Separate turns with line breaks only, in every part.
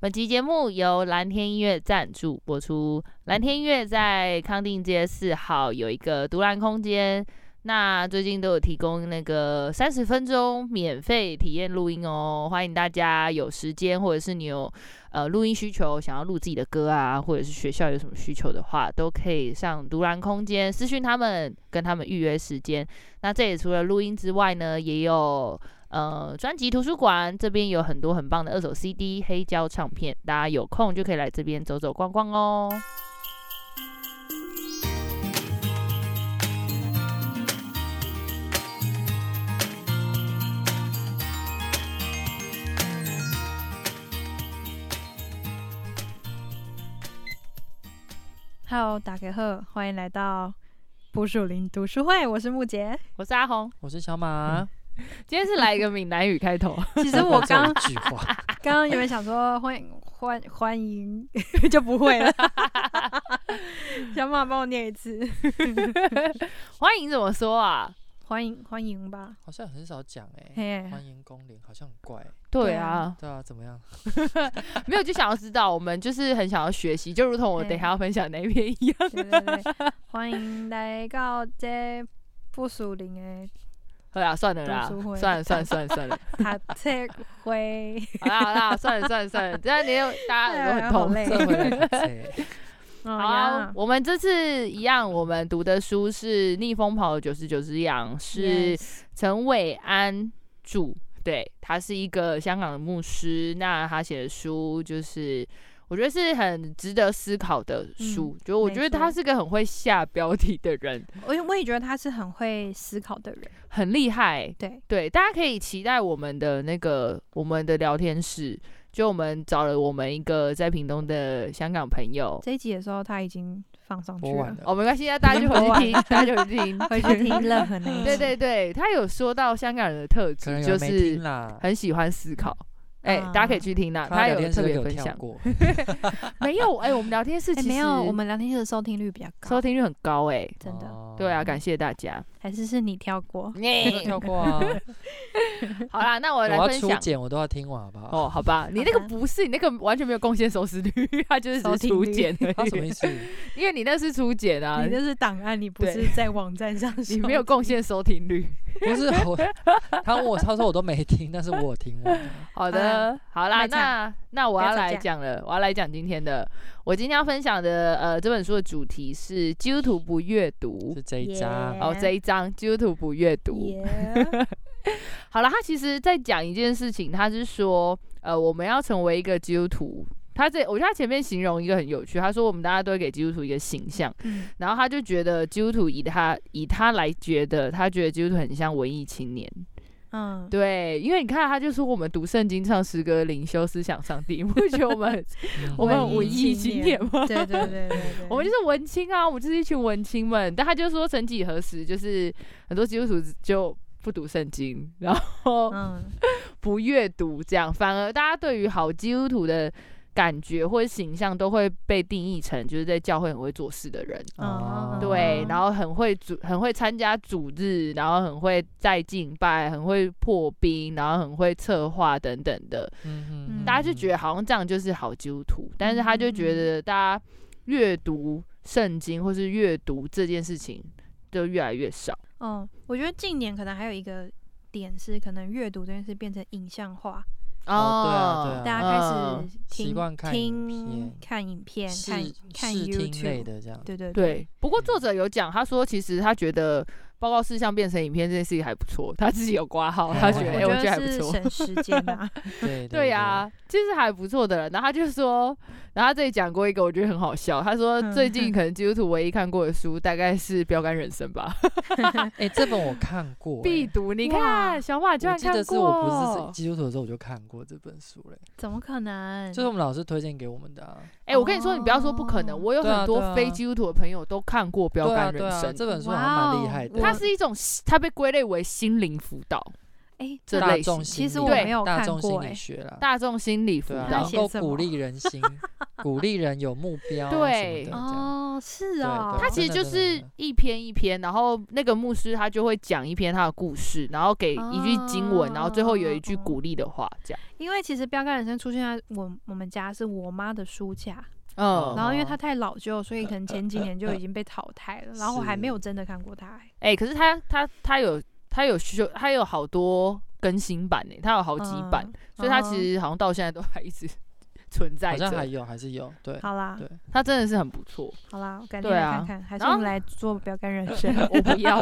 本期节目由蓝天音乐赞助播出。蓝天音乐在康定街四号有一个独蓝空间，那最近都有提供那个三十分钟免费体验录音哦，欢迎大家有时间或者是你有呃录音需求，想要录自己的歌啊，或者是学校有什么需求的话，都可以上独蓝空间私讯他们，跟他们预约时间。那这里除了录音之外呢，也有呃专辑图书馆，这边有很多很棒的二手 CD、黑胶唱片，大家有空就可以来这边走走逛逛哦。
Hello，大家好，欢迎来到捕鼠林读书会，我是木杰。
我是阿红，
我是小马。
嗯 今天是来一个闽南语开头，
其实我刚
这一句 话，
刚刚原本想说欢迎欢欢迎 就不会了， 小马帮我念一次，
欢迎怎么说啊？
欢迎欢迎吧。
好像很少讲哎、
嘿，
欢迎光临，好像很 怪、
对
对
啊
啊，
对啊，怎 么样？
没有就想要知道，我们就是很想要学习，就如同我等一下要分享那一篇一样。
对对对， 欢迎来到这捕鼠林的
好啦，算了啦
读书，会
算了算了算了算了，
读册会。
好啦好啦，算了算了 算了，这样你又大家耳朵很
哎好
痛。
累
这回来对，
好
好、啊，我们这次一样，我们读的书是《逆风跑九十九只羊》，是陈伟安著，对他是一个香港的牧师。那他写的书就是，我觉得是很值得思考的书。就我
嗯没
觉得他
错
是个很会下标题的人，
我我也觉得他是很会思考的人。
很厉害。
对，
对，大家可以期待我们的那个我们的聊天室。就我们找了我们一个在屏东的香港朋友，
这一集的时候他已经放上去
播完
了，
了，
哦，没关系，那大家就回去 听，大家就回去听。
回去 听任何那一集。
对对对，他有说到香港人的特
可能
质，
有
就
人没听
是
啦。
很喜欢思考。哎、
啊
大家可以去听啦，
看
他
聊
有
天
特
室都
别
给我
分
跳
享。
过，
没有哎、我们聊天室
哎
其实
没有，我们聊天室的收听率比较高，
收听率很高哎、
真的、
哦
对啊，感谢大 家。
还是是你跳过。
跳过啊！
好啦，那 我
我
来
要
分
初
享。
剪我都要听完，好不好？
哦，好吧，你那个不是，你那个完全没有贡献收视率， 它就是只
收
是
听
初
率
检而
他什 么
已，
意思？
因为你那是初检 啊
你，这是档案，你不
对
是在网站上 收，
你没有贡献收听率。
不是 我，他问我，他说我都没听，但是我有听完啊。
好的，好啦，
卖惨
那那我
不要
要
吵
来
架
讲了，我要来讲今天的，我今天要分享的呃这本书的主题是基督徒不阅读
是，这一啊张
Yeah
哦这一章基督徒不阅读。
耶
好了，他其实在讲一件事情，他是说呃我们要成为一个基督徒。他这我觉得他前面形容一个很有趣，他说我们大家都会给基督徒一个形象，
嗯
然后他就觉得基督徒以他以他来觉得，他觉得基督徒很像文艺青年。
嗯，
对，因为你看，他就说我们读圣经、唱诗歌、灵修、思想上帝， 你不觉得我们很
嗯
我们很文
文
艺
艺
青
青
年
年
吗？
对对对对对，
我们就是文青啊，我们就是一群文青们。但他就说，曾几何时，就是很多基督徒就不读圣经，然后
嗯
不阅读，这样反而大家对于好基督徒的感觉或者形象都会被定义成就是在教会很会做事的人。
哦
对
嗯，
然后很会主，很会参加主日，然后很会在敬拜，很会破冰，然后很会策划等等的。
嗯
大家就觉
得
得好像这样就是好基督徒，但是他就觉得大家阅读圣经或是阅读这件事情就越来越少。
哦，我觉得近年可能还有一个点是，可能阅读这件事变成影像化，
哦对啊对啊
大
嗯
家开始听
习惯看影
听
片
看影片，
视
看看
视听类
YouTube，
的这样，
对对
对，不过作者有讲，他说其实他觉得报告事项变成影片这件事情还不错，他自己有挂号，
哦
他觉得、哎
我
我觉得还不
是
错。
省时间 啊，
对
对啊呀、其实还不错的了。然后他就说，然后他这里讲过一个我觉得很好笑，他说
嗯
最近可能基督徒唯一看过的书大概是《标杆人生》吧，
哎、这本我看过、欸，
必读。你
哇
看小马居
我
然
记
看
得是
过，
我不是基督徒的时候我就看过这本书嘞、
怎么可
嗯
能？
就是我们老师推荐给我们的、啊。
哎、我跟你说，你不要说不可能，
哦
我有
对啊
很多
对啊
非基督徒的朋友都看过《标
对啊
杆
对
人
啊，
生》
这本书好像蛮厉害的。
哇
它
哦
是一种，它被归类为心灵辅导，
哎，
这
大
类
众
型
心理
其实我
对
没有
大
看
众
过
心
哎
理，学啦，
大众心理辅
对啊，
他
导
能
写。
够
什
鼓
么
励人心，鼓励人有目标啊什么
对
的这样。
哦，是
对
啊，
对
它其实
真
就
的真的
是
真的
一篇一篇，然后那个牧师他就会讲一篇他的故事，然后给一句经
啊
文，然后最后有一句
哦
鼓励的话，这样。
因为其实标杆人生出现在我我们家是我妈的书架，
嗯，
然后因为它
哦
太老旧，所 以可能前几年就已经被淘汰了，然后我还没有真的看过它、欸
哎、可是他他他有他有修，他有好多更新版呢，他有好几版，
嗯
所以他
嗯
其实好像到现在都还一直 存在
好像还
着。
有还是有，对，
好啦
对，
他真的是很不错，
好啦，改天
对
来
啊
看看，还是
然
我
后
们来做标杆人生
我 不 要，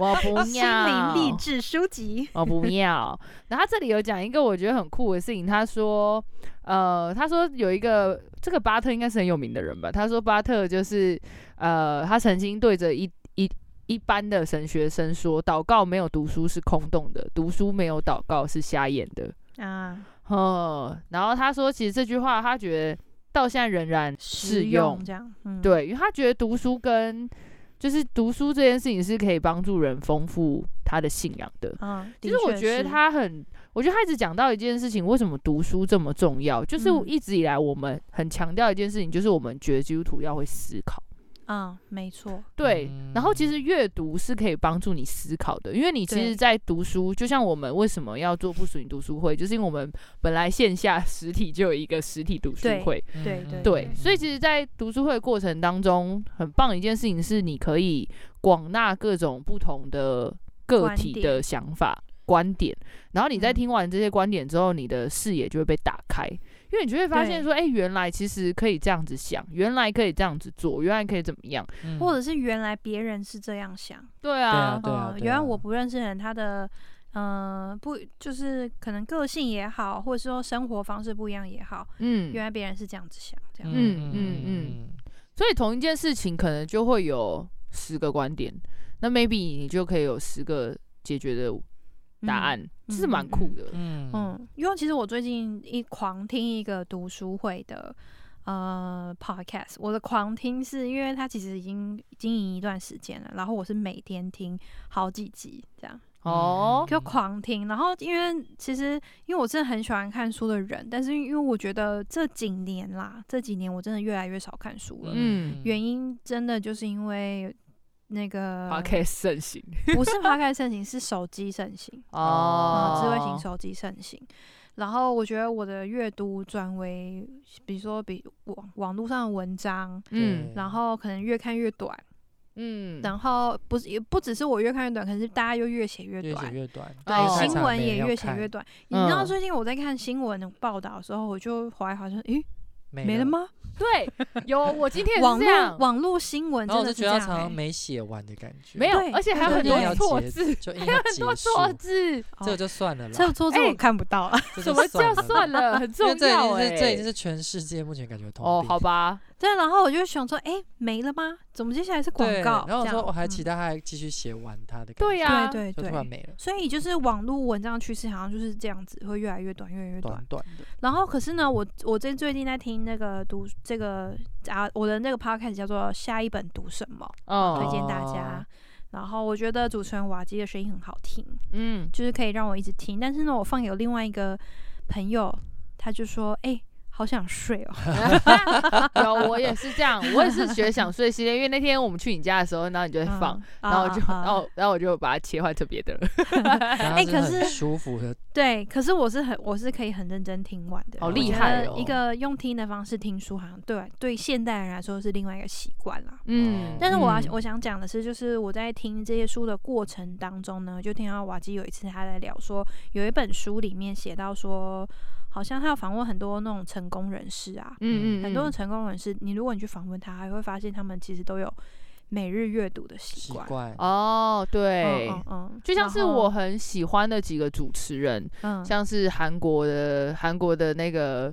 我不要，
心灵励志书籍。
哦，不要。然后他这里有讲一个我觉得很酷的事情，他说，呃，他说有一个这个巴特应该是很有名的人吧？他说巴特就是，呃，他曾经对着一一一般的神学生说，祷告没有读书是空洞的，读书没有祷告是瞎眼的。
啊，
哦，然后他说，其实这句话他觉得到现在仍然
实
适用，
这样，嗯，
对，因为他觉得读书跟就是读书这件事情是可以帮助人丰富他的信仰的。
嗯，
其
的
实我
确
觉得
是
他很，我觉得他一直讲到一件事情，为什么读书这么重要？就是
嗯
一直以来我们很强调一件事情，就是我们觉得基督徒要会思考。
嗯，没错，
对，然后其
嗯
实阅读是可以帮助你思考的，因为你其
对
实，在读书，就像我们为什么要做不属于读书会，就是因为我们本来线下 实体就有一个实体读书
对
会，
对
嗯
对
对，
嗯
所以其实，在读书会的过程当中，很棒的一件事情是，你可以广纳各种不同的个
观
体
点
的想法、观点，然后你在
嗯
听完这些观点之后，你的视野就会被打开，因为你就会发现
对
说，哎、原来其实可以这样子想，原来可以这样子做，原来可以怎么样？
嗯
或者是原来别人是这样想，
对啊，
对啊
嗯
对
原来
啊
我不认识的人，他的呃不就是可能个性也好，或者说生活方式不一样也好，
嗯，
原来别人是这样子想，这样，
嗯嗯嗯所以同一件事情可能就会有十个观点，那 maybe 你就可以有十个解决的答
嗯
案，这是蛮
嗯
酷
嗯
的。
嗯嗯
嗯，因为其实我最近一狂听一个读书会的呃 podcast，我的狂听是因为它其实已经经营一段时间了，然后我是每天听好几集这样，
哦，
就
嗯
狂听。然后因为其实因为我真的很喜欢看书的人，但是因为我觉得这几年啦，这几年我真的越来越少看书了，
嗯
原因真的就是因为那个
podcast 盛行
不是 podcast 盛行，是手机盛行。
哦
啊，，智慧型手机盛行。然后我觉得我的阅读转为，比如说比网网络上的文章，
嗯
对
然后可能越看越短，
嗯，
然后不是也不只是我越看越短，可是大家又越写越
越写
短，
越短，
对
因为太
短
新
长
闻
没
也
人要
越写
看
越 短。你知道
嗯
最近我在看新闻的报道的时候，我就划一划说，诶，没
没
了？吗？
对，有我今天也
网
是这
络
样，
网络新闻
然
真
后我
的
就是觉
这
得
样
常常
欸，
没写完的感觉，
没有
对，
而且还有
对
很
对
多错
对
字，
就硬
还有
要
很多
结束，
错字，
这个就算了
这
啦，
做这
哎
我看不到了。
这
哦什
就
么叫
了啦
算了，很
因
重
为这已
要
经
哎，
是这已经是全世界目前感觉的通
哦，
病
好吧，
对，然后我就想说，诶，没了吗？怎么接下来是广
对
告？
然后我
这
说
样
我还
嗯
期待他还继续写完他的感觉，
对呀，
对
就
对
突然
对。
没了，
所以就是网络文章的趋势好像就是这样子，会越来越短，越来越短。
短短的，
然后可是呢，我我最最近在听那个读这个啊，我的那个 podcast 叫做《下一本读什么》，推
哦，
荐大家。然后我觉得主持人瓦基的声音很好听，
嗯，
就是可以让我一直听。但是呢，我放给我另外一个朋友，他就说：“哎、好想睡哦。
有我也是这样，我也是学想睡系列，因为那天我们去你家的时候，然后你就会
嗯”
放，
啊
然后我就哦
啊啊
然后然后我就把它切换成别
哦
的了，
然后
哎
是
可
很
是
舒服的，
对，可是我是很我是可以很认真听完的，
好
我
厉
觉
害
得一
哦
个用听的方式听书，好像对对现代人来说是另外一个习惯啦。
嗯，
但是我要、
嗯
我想讲的是，就是我在听这些书的过程当中呢，就听到瓦基有一次他在聊说，有一本书里面写到说，好像他要访问很多那种成功人士啊，
嗯嗯
很多的
嗯
成功人士，你如果你去访问他，还会发现他们其实都有每日阅读的习
习
惯。
惯，
哦，对。
嗯嗯嗯，
就像
然
是
后
我，很喜欢的几个主持人，
嗯，
像是韩国的韩国的那个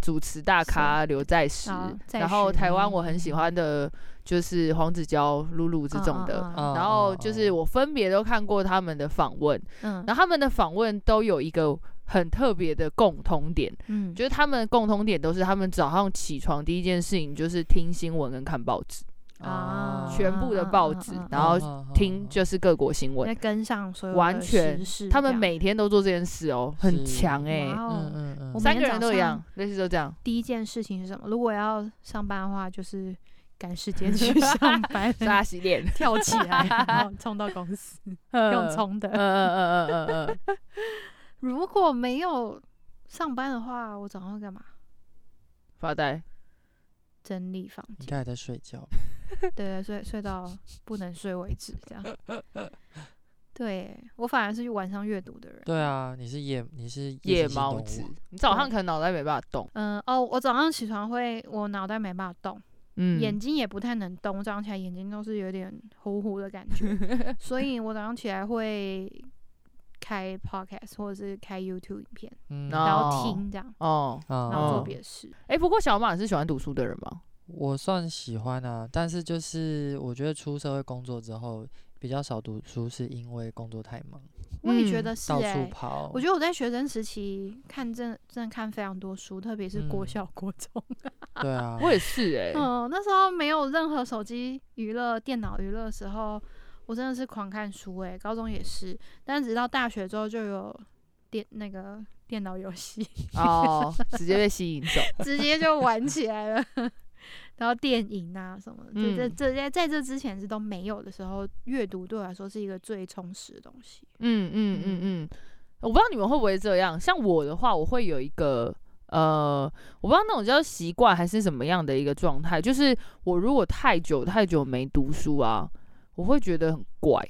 主持大咖刘在石，
啊在
然后
石
台湾
嗯
我很喜欢的就是黄子佼、露露这种的。
嗯
然后就是我分别都看过他们的访问，
嗯
然后他们的访问都有一个很特别的共通点，
嗯，
就是他们的共通点都是他们早上起床第一件事情就是听新闻跟看报纸，
啊
全部的报纸，
嗯嗯嗯
然后
后
听就是各国新闻
在。跟上所有的
完全
时事
他们
这样
每天都做这件事哦，很
是
强哎、
哇哦
嗯嗯嗯
我，
三
每
个
天
人
早
都一
上
样，类似都这样。
第一件事情是什么？如果要上班的话，就是赶时 间去上班，
刷洗脸，
跳起 来，然后冲到公司，用冲
嗯
的。
嗯嗯嗯嗯嗯，
如果没有上班的话，我早上要干嘛？
发呆。
整理房
应
间，
该还在睡觉。
对，睡睡到不能睡为止，这样。对我反而是晚上阅读的人。
对啊，你是夜你是
夜
行性
猫
动物啊
子，你早上可能脑袋没办法动，
嗯、哦，我早上起床会，我脑袋没办法动，
嗯，
眼睛也不太能动，我早上起来眼睛都是有点糊糊的感 觉，所以我早上起来会开 podcast 或者是开 YouTube 影片，
嗯
然
然后
哦
听这样，
哦，
啊
然后做
哦
别的事。
哎、不过小马是喜欢读书的人吗？
我算喜欢啊，但是就是我觉得出社会工作之后比较少读书，是因为工作太忙，
我也觉
嗯
得是
到
哎、
处跑。
我觉得我在学生时期看真真的看非常多书，特别是国
嗯
小、国中。
得对啊，
我也是哎、
嗯，那时候没有任何手机娱乐、电脑娱乐的时候，我真的是狂看书诶、高中也是，但直到大学之后就有电那个电脑游戏，
哦，直接被吸引 走，
直接就玩起来了。 然后电影啊什么的，这这
嗯
这在在这之前是都没有的时候，阅读对我来说是一个最充实的东西。
嗯嗯嗯嗯，我不知道你们会不会这样，像我的话，我会有一个。呃，我不知道那种叫习惯还是什么样的一个状态，就是我如果太久太久没读书啊，我会觉得很怪。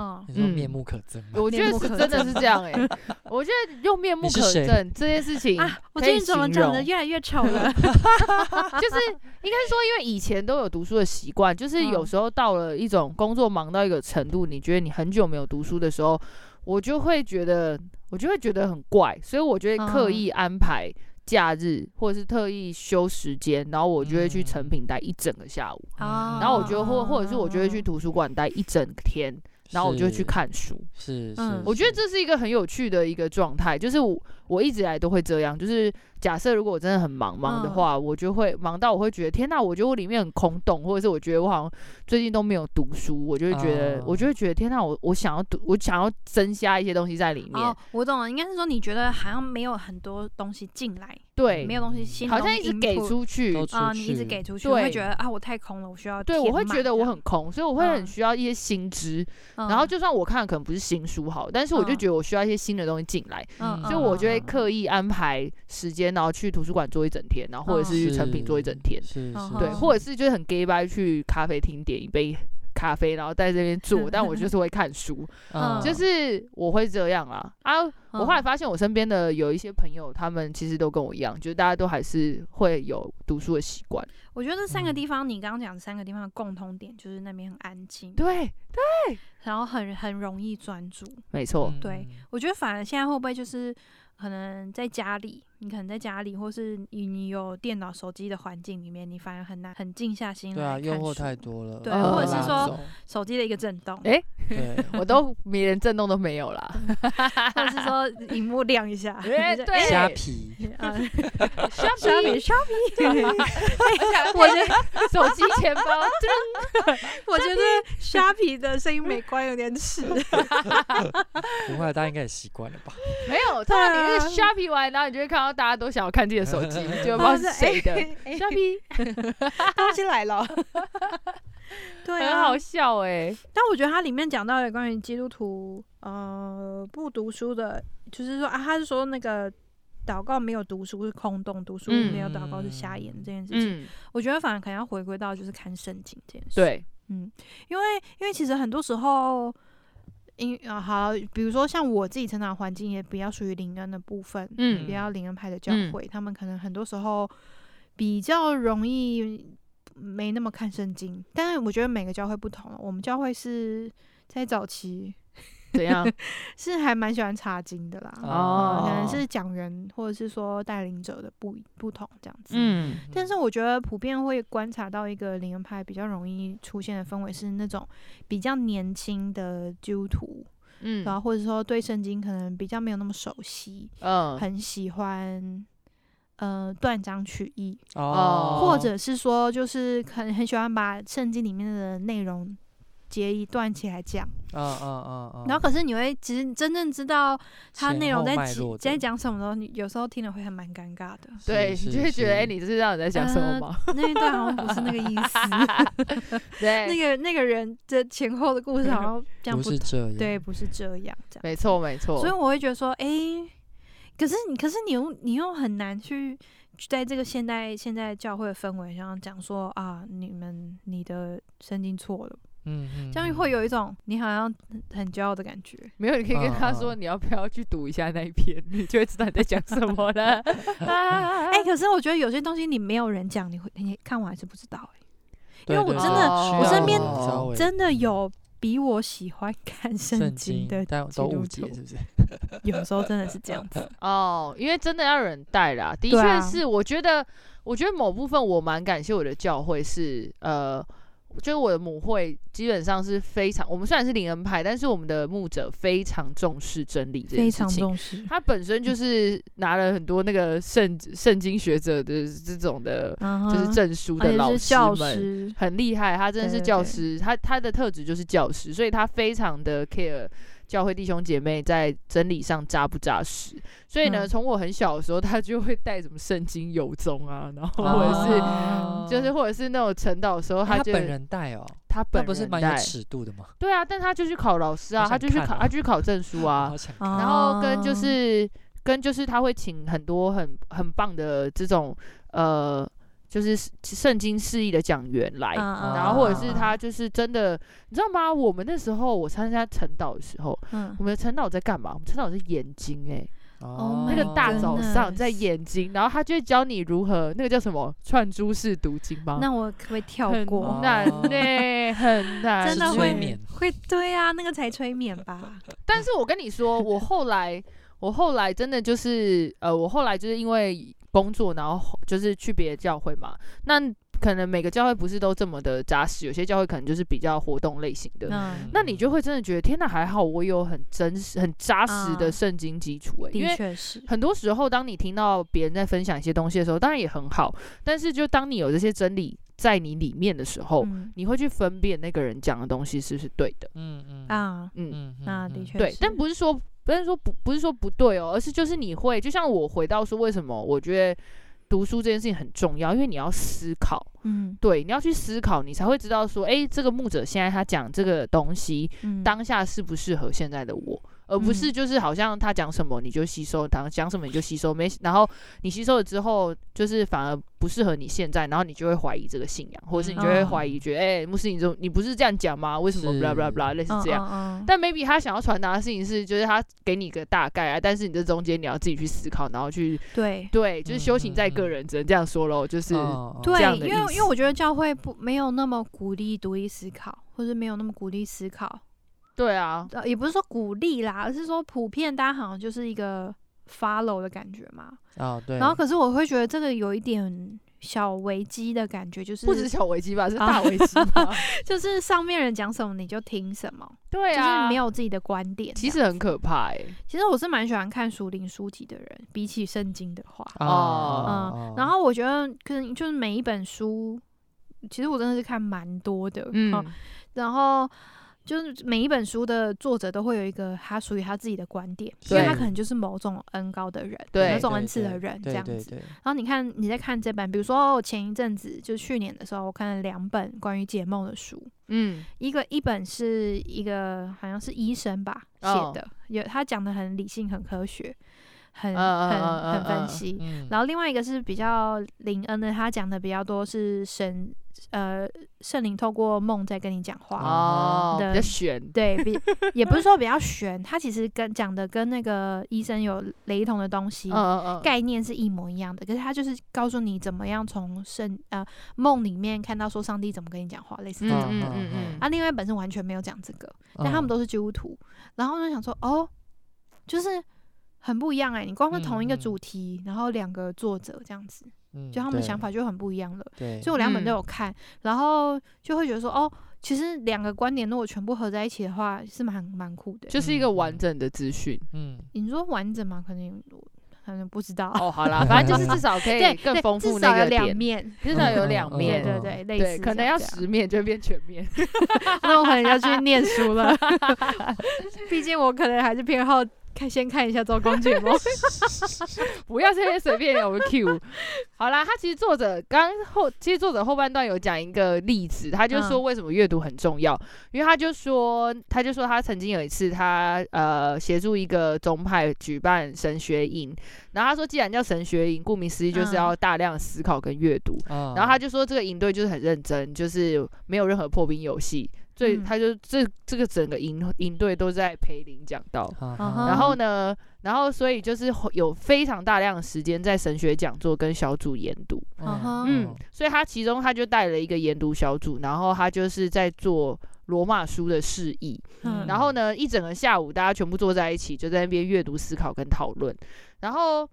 嗯，
你说
嗯
面目可憎吗？
我觉
啊
得
面目
是
可
真的
憎
是这样哎、 我觉得用面目
你是
可
谁
憎这件事情
啊，我
可
最
以
近怎么
形
长得
容
越来越丑了？
就是应该说，因为以前都有读书的习惯，就是有
嗯
时候到了一种工作忙到一个程度，你觉得你很久没有读书的时候，我就会觉得，我就会觉得很怪，所以我就会刻
嗯
意安排假日，或者是特意休时间，然后我就会去
嗯
成品待一整个下午，
啊
嗯然后我就或或者是我就会
嗯
去图书馆待一整天，然后我就会去
是，
看书。
是是
嗯，
我觉得
是
这是一个很有趣的一个状态，就是我我一直以来都会这样，就是假设如果我真的很忙忙的
嗯
话，我就会忙到我会觉得天哪，我觉得我里面很空洞，或者是我觉得我好像最近都没有读书，我就会觉得、我就
哦
会觉得天哪，我我想要读，我想要增加一些东西在里面，
哦，我懂了，应该是说你觉得好像没有很多东西进来，
对
没，有东西新的
好像
东
一
西
直给
input
出去。
都
啊、
出
你一直
去
给出去，我会
对
觉得啊，我太空了，我需要
对，我
填
会
满
觉得
这
我
样
很空，所以我会很
嗯
需要一些新知。
嗯
然后就算我看的可能不是新书好，但是我就
嗯
觉得我需要一些新的东西进来。
嗯
所以我就会
嗯
刻意安排时间，然后去图书馆坐一整天，然后或者是去成品坐一整天，
是
嗯
是
对，
哼
或者是就是很 gay 白去咖啡厅点一杯咖啡，然后在这边坐，但我就是会看 书，
嗯
就是我会这样啦。啊，我后来
嗯
发现我身边的有一些朋友，他们其实都跟我一样，就是大家都还是会有读书的习惯。
我觉得这三个
嗯
地方，你刚刚讲三个地方的共通点就是那边很安静，
对，
然后很很容易专注。
没
嗯
错，
对，我觉得反而现在会不会就是可能在家里，你可能在家里，或是你你有电脑、手机的环境里面，你反而很难很静下心
对
嗯
啊，
来
诱
看
惑
书。
太多了，
对
或者是
拉
说
走，
手机的一个震 动，
诶
对，
呃我都 迷人震动都没有啦。
或者是说荧幕亮一 下，
诶
就哎
对
虾皮，
啊，
相比
刷屏刷屏。
我的手机钱包，
我觉得虾皮的声音美观有点耻。
不会，大家应该也习惯了吧？
没有，通常你那个
啊
shopping 完，然后你就会看到大家都想要看自己的手 机，就不
哦
知道是
哎
谁的 shopping，
东西来了。 对
很
啊，
好笑哎、
但我觉得它里面讲到有关于基督徒呃不读书的，就是说啊，他是说那个祷告没有读书是空洞，读书
嗯
没有祷告是瞎眼这件事情。
嗯，
我觉得反而可能要回归到就是看圣经这件事。，
对，
嗯，因为因为其实很多时候。因啊好，比如说像我自己成长环境也比较属于灵恩的部分，比
嗯
嗯
较灵恩派的教
嗯
会，他们可能很多时候比较容易没那么看圣经，但是我觉得每个教会不同了。我们教会是在早期
怎样？
是还蛮喜欢查经的啦，
哦
可能是讲人或者是说带领者的不不同这样子。
嗯
但是我觉得普遍会观察到一个灵恩派比较容易出现的氛围是那种比较年轻的基督徒，
嗯
然后或者说对圣经可能比较没有那么熟悉，
嗯
很喜欢，呃，断章取义，
哦，
或者是说，就是很很喜欢把圣经里面的内容截一段起来讲，
嗯嗯嗯嗯，
然后可是你会其实真正知道它
前
内容
后
在
脉
几
络的
在讲什么的时候，你有时候听了会还蛮尴尬的。
对，
是
你就会
是
觉得，哎、
是
你知道你在想什么
呃
吗？
那一段好像不是那个意 思，
对，
那个那个人的前后的故事好像这样
不
不
是这样，
对，不是这样这样。
没错没错。
所以我会觉得说，诶，可是你，可是你又你又很难去在这个现代现代教会的氛围上讲说啊，你们你的圣经错了，
嗯，嗯
这样会有一种你好像很很骄傲的感觉。
没有，你可以跟他说
嗯
你要不要去读一下那一篇，你就会知道你在讲什么了。 啊
哎、可是我觉得有些东西你没有人讲，你会你看完还是不知道、欸。
对
因为我
对
真
对
的
哦
需
我
要
身边
你稍微
真的
嗯
有比我喜欢看圣
圣
经的，
但
基
都
督
误解
徒
是 不是？
有时候真的是这样子。
哦，因为真的要有人带啦，的
对啊
确是。我觉得，我觉得某部分我蛮感谢我的教会是，呃，就是我的母会基本上是非常，我们虽然是灵恩派，但是我们的牧者非常重视真理这件
非
事
常
情。
重嗯视。
他本身就是拿了很多那个圣圣经学者的这种的，
就
就是证书
而
的
且
老
嗯是
师
教
们，
师，
很厉害，他真的
对
是
对
教
对
师，他他的特质就是教师，所以他非常的 care 教会弟兄姐妹在真理上扎不扎实。所以呢，
嗯
从我很小的时候，他就会带什么圣经有宗啊，然后或者是、
哦
就是或者是那种晨祷的
哎
时候，
哎他
就
本人带哦，
他
那
本
不是
人
蛮有
带，
尺度的 吗？
对啊，但他就去考老师啊，
好
他
想
就去
看
考
哦
他去考证书啊
好，哦想看
啊
然后跟就是跟就是他会请很多很很棒的这种呃。就是圣经释义的讲员来，
嗯
然后或者
啊
是
啊
他就是真的，你知道吗？我们那时候我参加晨祷的时候，
嗯
我们的晨祷在干嘛？我们晨祷是眼睛哎、
哦
那个
my
大早上
goodness
在眼睛，然后他就会教你如何那个叫什么串珠式读经吗？
那我可不可以跳
啊很
过？
难
哦
呢、 很难，欸
真的
是
会
催眠
会对啊，那个才催眠吧。
但是我跟你说，我后来，我后来真的就是，呃，我后来就是因为工作，然后就是去别的教会嘛。那可能每个教会不是都这么的扎实，有些教会可能就是比较活动类型的。
嗯，
那你就会真的觉得，天呐，还好我有很真实、很扎实的
嗯
圣经基础、欸，因为
的确是，
很多时候，当你听到别人在分享一些东西的时候，当然也很好，但是就当你有这些真理在你里面的时候，
嗯
你会去分辨那个人讲的东西是不是对的，
嗯嗯
啊，
嗯。
嗯，
那
嗯
的
嗯
确
对，
是
但不是说不是说不不是说不对哦，而是就是你会，就像我回到说为什么我觉得读书这件事情很重要，因为你要思考，
嗯
对，你要去思考，你才会知道说，诶，这个牧者现在他讲这个东西
嗯
当下适不适合现在的我。而不是就是好像他讲什么你就吸收，他讲什么你就吸收，没然后你吸收了之后，就是反而不适合你现在，然后你就会怀疑这个信仰，或者是你就会
嗯
怀疑觉得，诶，牧师你怎么你不是这样讲吗？为什么
是
blah blah blah 类似这样？
样
但 maybe 他想要传达的事情是，就是他给你一个大概啊，但是你这中间你要自己去思考，然后去
对。
对，就是修行在
嗯嗯嗯
个人，只能这样说喽，就是、
哦
这
对，
样的
因
意
为
思
因为我觉得教会不没有那么鼓励独立思考，或者没有那么鼓励思考，
对啊，
呃，也不是说鼓励啦，而是说普遍大家好像就是一个 follow 的感觉嘛。
哦对，
然后可是我会觉得这个有一点小危机的感觉，就是
不止小危机吧，是
啊
大危机 吧，
就是上面人讲什么你就听什么，
对
就是
啊，
没。有自己的观点。
其
这
实
样
很可怕哎、欸，
其实我是蛮喜欢看属灵书籍的人，比起圣经的话，
啊
哦
嗯，然后我觉得可能就是每一本书，其实我真的是看蛮多的，
嗯，
哦然后。就是每一本书的作者都会有一个他属于他自己的观点，因为
对
他可能就是某种恩高的人，
对
某种
对
恩赐的
对
人这
对
样
对
子。
对
然后你看你在看这本，比如说我前一阵子就是去年的时候，我看了两本关于解梦的书，
嗯，
一个一本是一个好像是医生吧写
哦
的，有他讲的很理性、很科学、
嗯
很
嗯嗯
很
嗯
很
嗯
分析。
嗯
然后另外一个是比较林恩的，他讲的比较多是神呃圣灵透过梦在跟你讲话，
哦，
的
比较悬，
对比也不是说比较玄，他其实跟讲的跟那个医生有雷同的东西。
嗯嗯嗯，
概念是一模一样的，可是他就是告诉你怎么样从圣呃梦里面看到说上帝怎么跟你讲话，类似这
嗯
种。
嗯嗯嗯，
啊，另外一本是完全没有讲这个，但他们
都
都是基督徒，然后就想说，哦，就是很不一样哎、你光是同一个
嗯嗯
主题，然后两个作者这样子，就他们的想法，就很不一样了。
嗯对，
所以我两本都
嗯
有看，然后就会觉得说，哦，其实两个观点如果全部合在一起的话，是蛮蛮酷的欸、
就是一个
嗯
完
嗯
整的资讯，
嗯
你说完整嘛，可能嗯，不知道。
哦，好 啦，反正就是至少可以
对，
更
对
丰
至
富
少
那
有
个
两
点，
面，
至少有两
嗯
面，
对
嗯
对对，类
对，
似
可能
像
要
这样
十面就会变全面。
那我可能要去念书 了， 毕竟我可能还是偏好看先看一下周 公解梦。
不要这边随便有 Q。好啦，他其实作者刚后，其实作者后半段有讲一个例子，他就说
嗯
为什么阅读很重要，因为他就说，他就说他曾经有一次他呃协助一个宗派举办神学营，然后他说既然叫神学营，顾名思义就是
嗯哦
要大量思考跟阅读，
嗯
然后他就说这个营队就是很认真，就是没有任何破冰游戏。最，
嗯
他就这这个整个营营队都在培林讲道，
啊
嗯
哈
然后呢，然后所以就是会有非常大量的时间在神学讲座跟小组研读，
嗯哼
嗯，所以他其中他就带了一个研读小组，然后他就是在做罗马书的释义，
嗯
然后呢，一整个下午大家全部坐在一起，就在那边阅读、思考跟讨论，然后。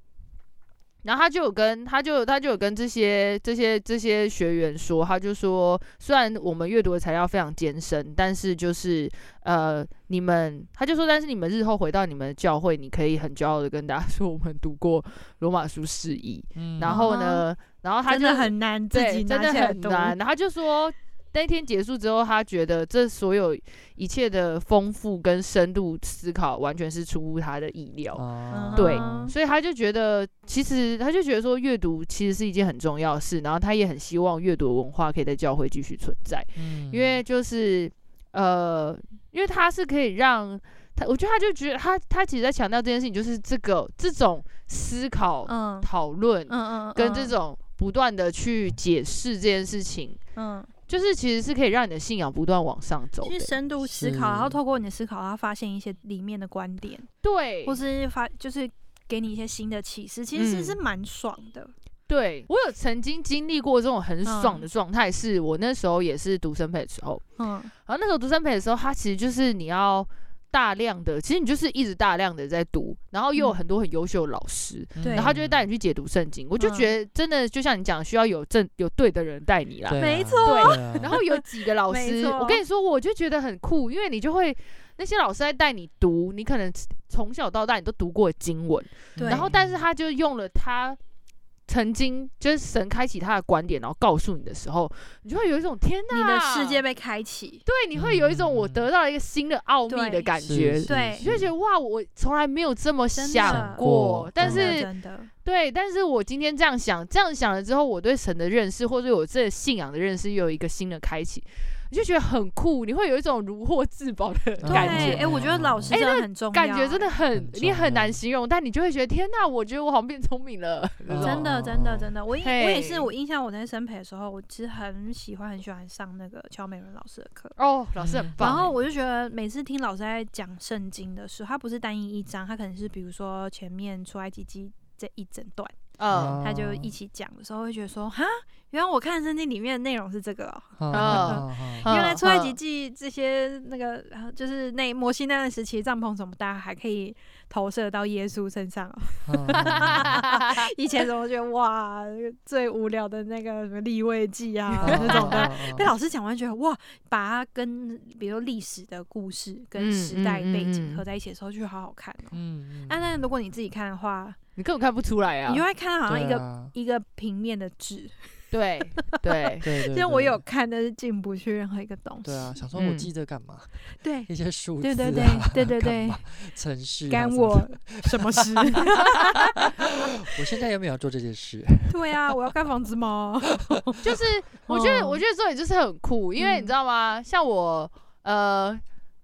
然后他就有跟他就他就有跟这些这些这些学员说，他就说，虽然我们阅读的材料非常艰深，但是就是呃，你们他就说，但是你们日后回到你们的教会，你可以很骄傲的跟大家说，我们读过罗马书释义。
嗯
然后呢，然后他
啊真
就
的很难自
对，
己拿
真的
起来
很
读，
难。然后他就说，那天结束之后，他觉得这所有一切的丰富跟深度思考，完全是出乎他的意料。
哦
啊
对
嗯
所以他就觉得，其实他就觉得说，阅读其实是一件很重要的事，然后他也很希望阅读文化可以在教会继续存在。
嗯
因为
嗯
就是呃，因为他是可以让他，我觉得他就觉得他他其实在强调这件事情，就是这个这种思考、
嗯
讨论
嗯嗯，
跟这
嗯
种不断的去解释这件事情，
嗯，
就是其实是可以让你的信仰不断往上走
去
的。欸
深度思考，然后
是
透过你的思考，然后发现一些里面的观点，
对
或，是发就是给你一些新的启示，其实
嗯
是蛮爽的。
对我有曾经经历过这种很爽的状态，是我那时候也是读生培的时候，
嗯
然后那时候读生培的时候，它其实就是你要。大量的，其实你就是一直大量的在读，然后又有
嗯
很多很优秀的老师，
嗯
对嗯
然后他就会带你去解读圣经。我就觉得真的就像你讲，需要有正有对的人带你啦。
没错
对 啊，
然后有几个老
没
师，
错
我跟你说，我就觉得很酷，因为你就会那些老师在带你读，你可能从小到大你都读过的经文，
对
然后但是他就用了他。曾经就是神开启他的观点，然后告诉你的时候，你就会有一种天哪，
你的世界被开启，
对，你会有一种我
嗯
得到了一个新的奥秘的
对
感
是
觉
是，
对
是
你就会觉得哇，我从来没有这么
真的
想
想
过
过，
但
真的
是
真的，
对，但是我今天这样想，这样想了之后，我对神的认识，或者我这信仰的认识，又有一个新的开启，你就觉得很酷，你会有一种如获至宝的
对
感觉，
哎、我觉得老师
哎
真的很重要、
感觉真的
哎
很
很，
你很
重
难
要
形容，但你就会觉得天哪，我觉得我好像变聪明了，
嗯
这种
真的，真的，真的，我也我也是，
哦嘿
我印象我在生培的时候，我其实很喜欢很喜欢上那个乔美伦老师的课，
哦，老师很
嗯
棒
然
欸，
后我就觉得每次听老师在讲圣经的时候，他不是单一一章，他可能是比如说前面出埃及记这一整段，
嗯，
他就一起讲的时候，会觉得说哈，原来我看圣经里面的内容是这个、哦，
嗯
嗯
原来出埃及
嗯
记这些那个啊就是那摩西那段时期帐篷什么，大家还可以投射到耶稣身上、哦。
嗯
以前怎么觉得哇，最无聊的那个什么立位记啊
嗯
那种的，被老师讲完觉得哇，把它跟比如说历史的故事
嗯
跟时代
嗯嗯
背
嗯
景合在一起的时候，就觉得好好看哦。
嗯
啊，那如果你自己看的话，
你根本看不出来啊
你就，会看到好像一个。
个，
一个平面的纸，
对对，
对对，
就是我有看，但是进不去任何一个东西
对。啊，想说我记这干嘛？
对
一些数字
对
啊，
对对对对
干
对
嘛，程序啊
干
什么
我
的。
什 么事？
我现在有没有做这件事？
对啊，我要干房子吗？
就是我觉得，我
嗯
觉得这也就是很酷，因为你
嗯
知道吗？像我，呃，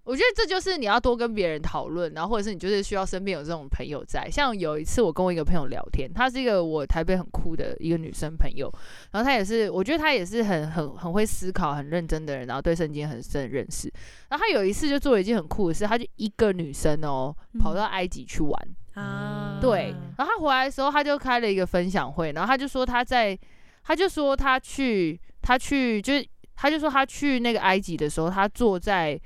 我觉得这就是你要多跟别人讨论，然后或者是你就是需要身边有这种朋友在。像有一次我跟我一个朋友聊天，她是一个我台北很酷的一个女生朋友，然后她也是，我觉得她也是很很很会思考、很认真的人，然后对圣经很深的认识。然后她有一次就做了一件很酷的事，她就一个女生哦
嗯
跑到埃及去玩，
啊，
对
嗯，
然后他回来的时候，他就开了一个分享会，然后他就说他在，他就说他去，他去就是，他就说他去那个埃及的时候，他坐在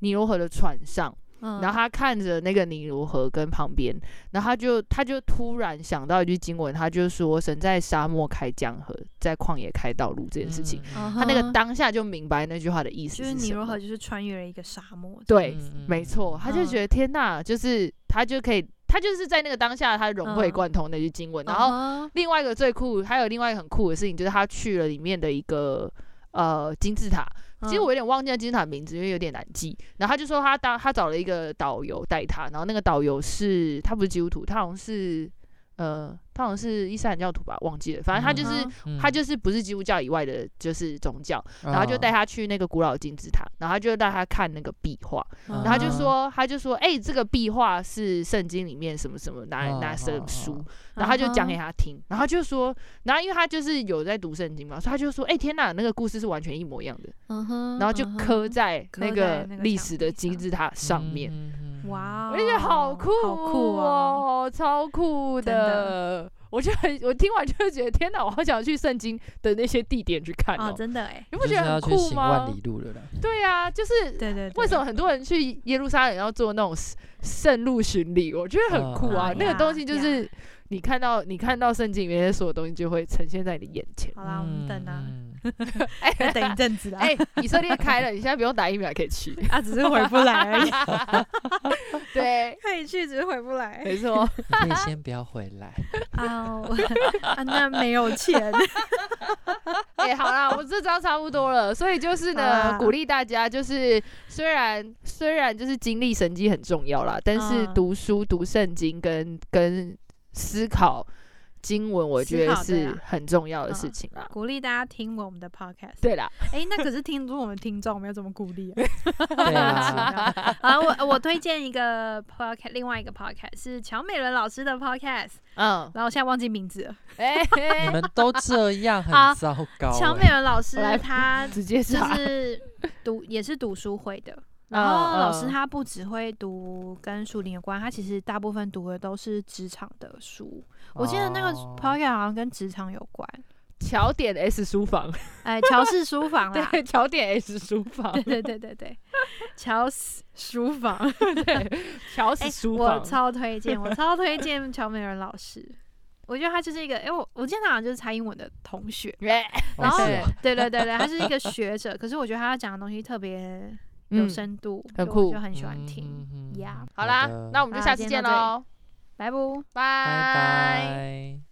尼罗河的船上，
嗯
然后他看着那个尼罗河跟旁边，然后他就他就突然想到一句经文，他就说神在沙漠开江河，在旷野开道路这件事情，
他
他那个当下就明白那句话的意思
嗯就是
是
尼
什
罗
么
河就是穿越了一个沙漠，
对，
嗯
没错，，他就
嗯
觉得天呐，就是他就可以，他就是在那个当下，他融会
嗯
贯通那句经文，然
嗯
后
后
另外一个最酷，还有另外一个很酷的事情，就是他去了里面的一个呃金字塔。
嗯
其实我有点忘记那金字塔名字，因为有点难记。然后他就说他当他找了一个导游带他，然后那个导游是他不是基督徒，他好像是呃他好像是伊斯兰教徒吧，忘记了。反正他就是、
嗯
他就是不是基督教以外的，就是宗教。然后就
嗯
带他去那个古老金字塔，然后他就带他看那个壁画，然
哦
后他就
嗯
说他就说哎、这个壁画是圣经里面什么什么哪
嗯
哪
嗯
什
嗯
么书。然后他就讲
嗯
给他听，然后他就说，然后因为他就是有在读圣经嘛，所以他就说，哎、天哪，那个故事是完全一模一样的，
然
然后就刻在
嗯刻
那
在
个
那个
历
墙
史
壁
的金
上
字塔上面，
嗯嗯嗯
哇哦，
我就觉得好酷、
好酷哦！
哦，超酷
真
的
的。
我就很，我听完就会觉得天哪，我好想去圣经的那些地点去看
啊，
哦，
真的哎，
你不
就是
觉得
要
很
去
酷
行
吗
万？里路了啦。
对啊，就是
对对，对
为什么很多人去耶路撒冷要做那种圣圣路巡礼？我觉得很酷啊！
嗯
那个
呀
东西就
呀
是你看到你看到圣经里面的所有东西，就会呈现在你眼 前。
好啦，我们等 啊，
嗯，
哎
再等一阵子啊，
哎，以色列开了，你现在不用打疫苗也可以 去。
啊，只是回不来 而已，
对，
可以去，只是回不来
没 错。
你可以先不要回来。
啊，我 啊，那没有钱，
哎、好啦，我们这张差不多了，所以就是
好啊
呢，
啦
鼓励大家，就是虽然虽然就是经历神迹很重要啦，但是
嗯
读书、读圣经跟跟思考经文，我觉得
思考对
是
啦
很重要的
嗯
事情啦。
鼓励大家听我们的 podcast。
对啦，
哎，那可是听说我们听众没有怎么鼓励啊。
对啊，
啊，我我推荐一个 podcast，另外一个 podcast 是乔美伦老师的 podcast，
嗯，
然后我现在忘记名字了。
哎、
你们都这样，很
啊
糟糕欸。
乔美伦老师
我来
他
直接
就
查，
是 读也是读书会的，然后老师
嗯
他不只会读跟树林有关，他其实大部分读的都是职场的书。我记得那个
哦
podcast 好像跟职场有关，
乔点 S 书房，
哎，乔氏书房 啦。
对，乔点 S 书房
对， 对对对对，乔氏 书房，
乔
哎、
氏书
我
房，
超推荐，我超推荐乔美人老师。我觉得他就是一个，哎、我我记得他好像就是蔡英文的同学，
哎
然后
哦是哦
对对对对，他是一个学者，可是我觉得他讲的东西特别有
嗯，
深度，
很
就
酷
我就很喜欢听。
嗯嗯嗯
呀
好啦
的，
那我们就
好
下次
今
见
天到这里
喽，
来不？
拜
拜拜。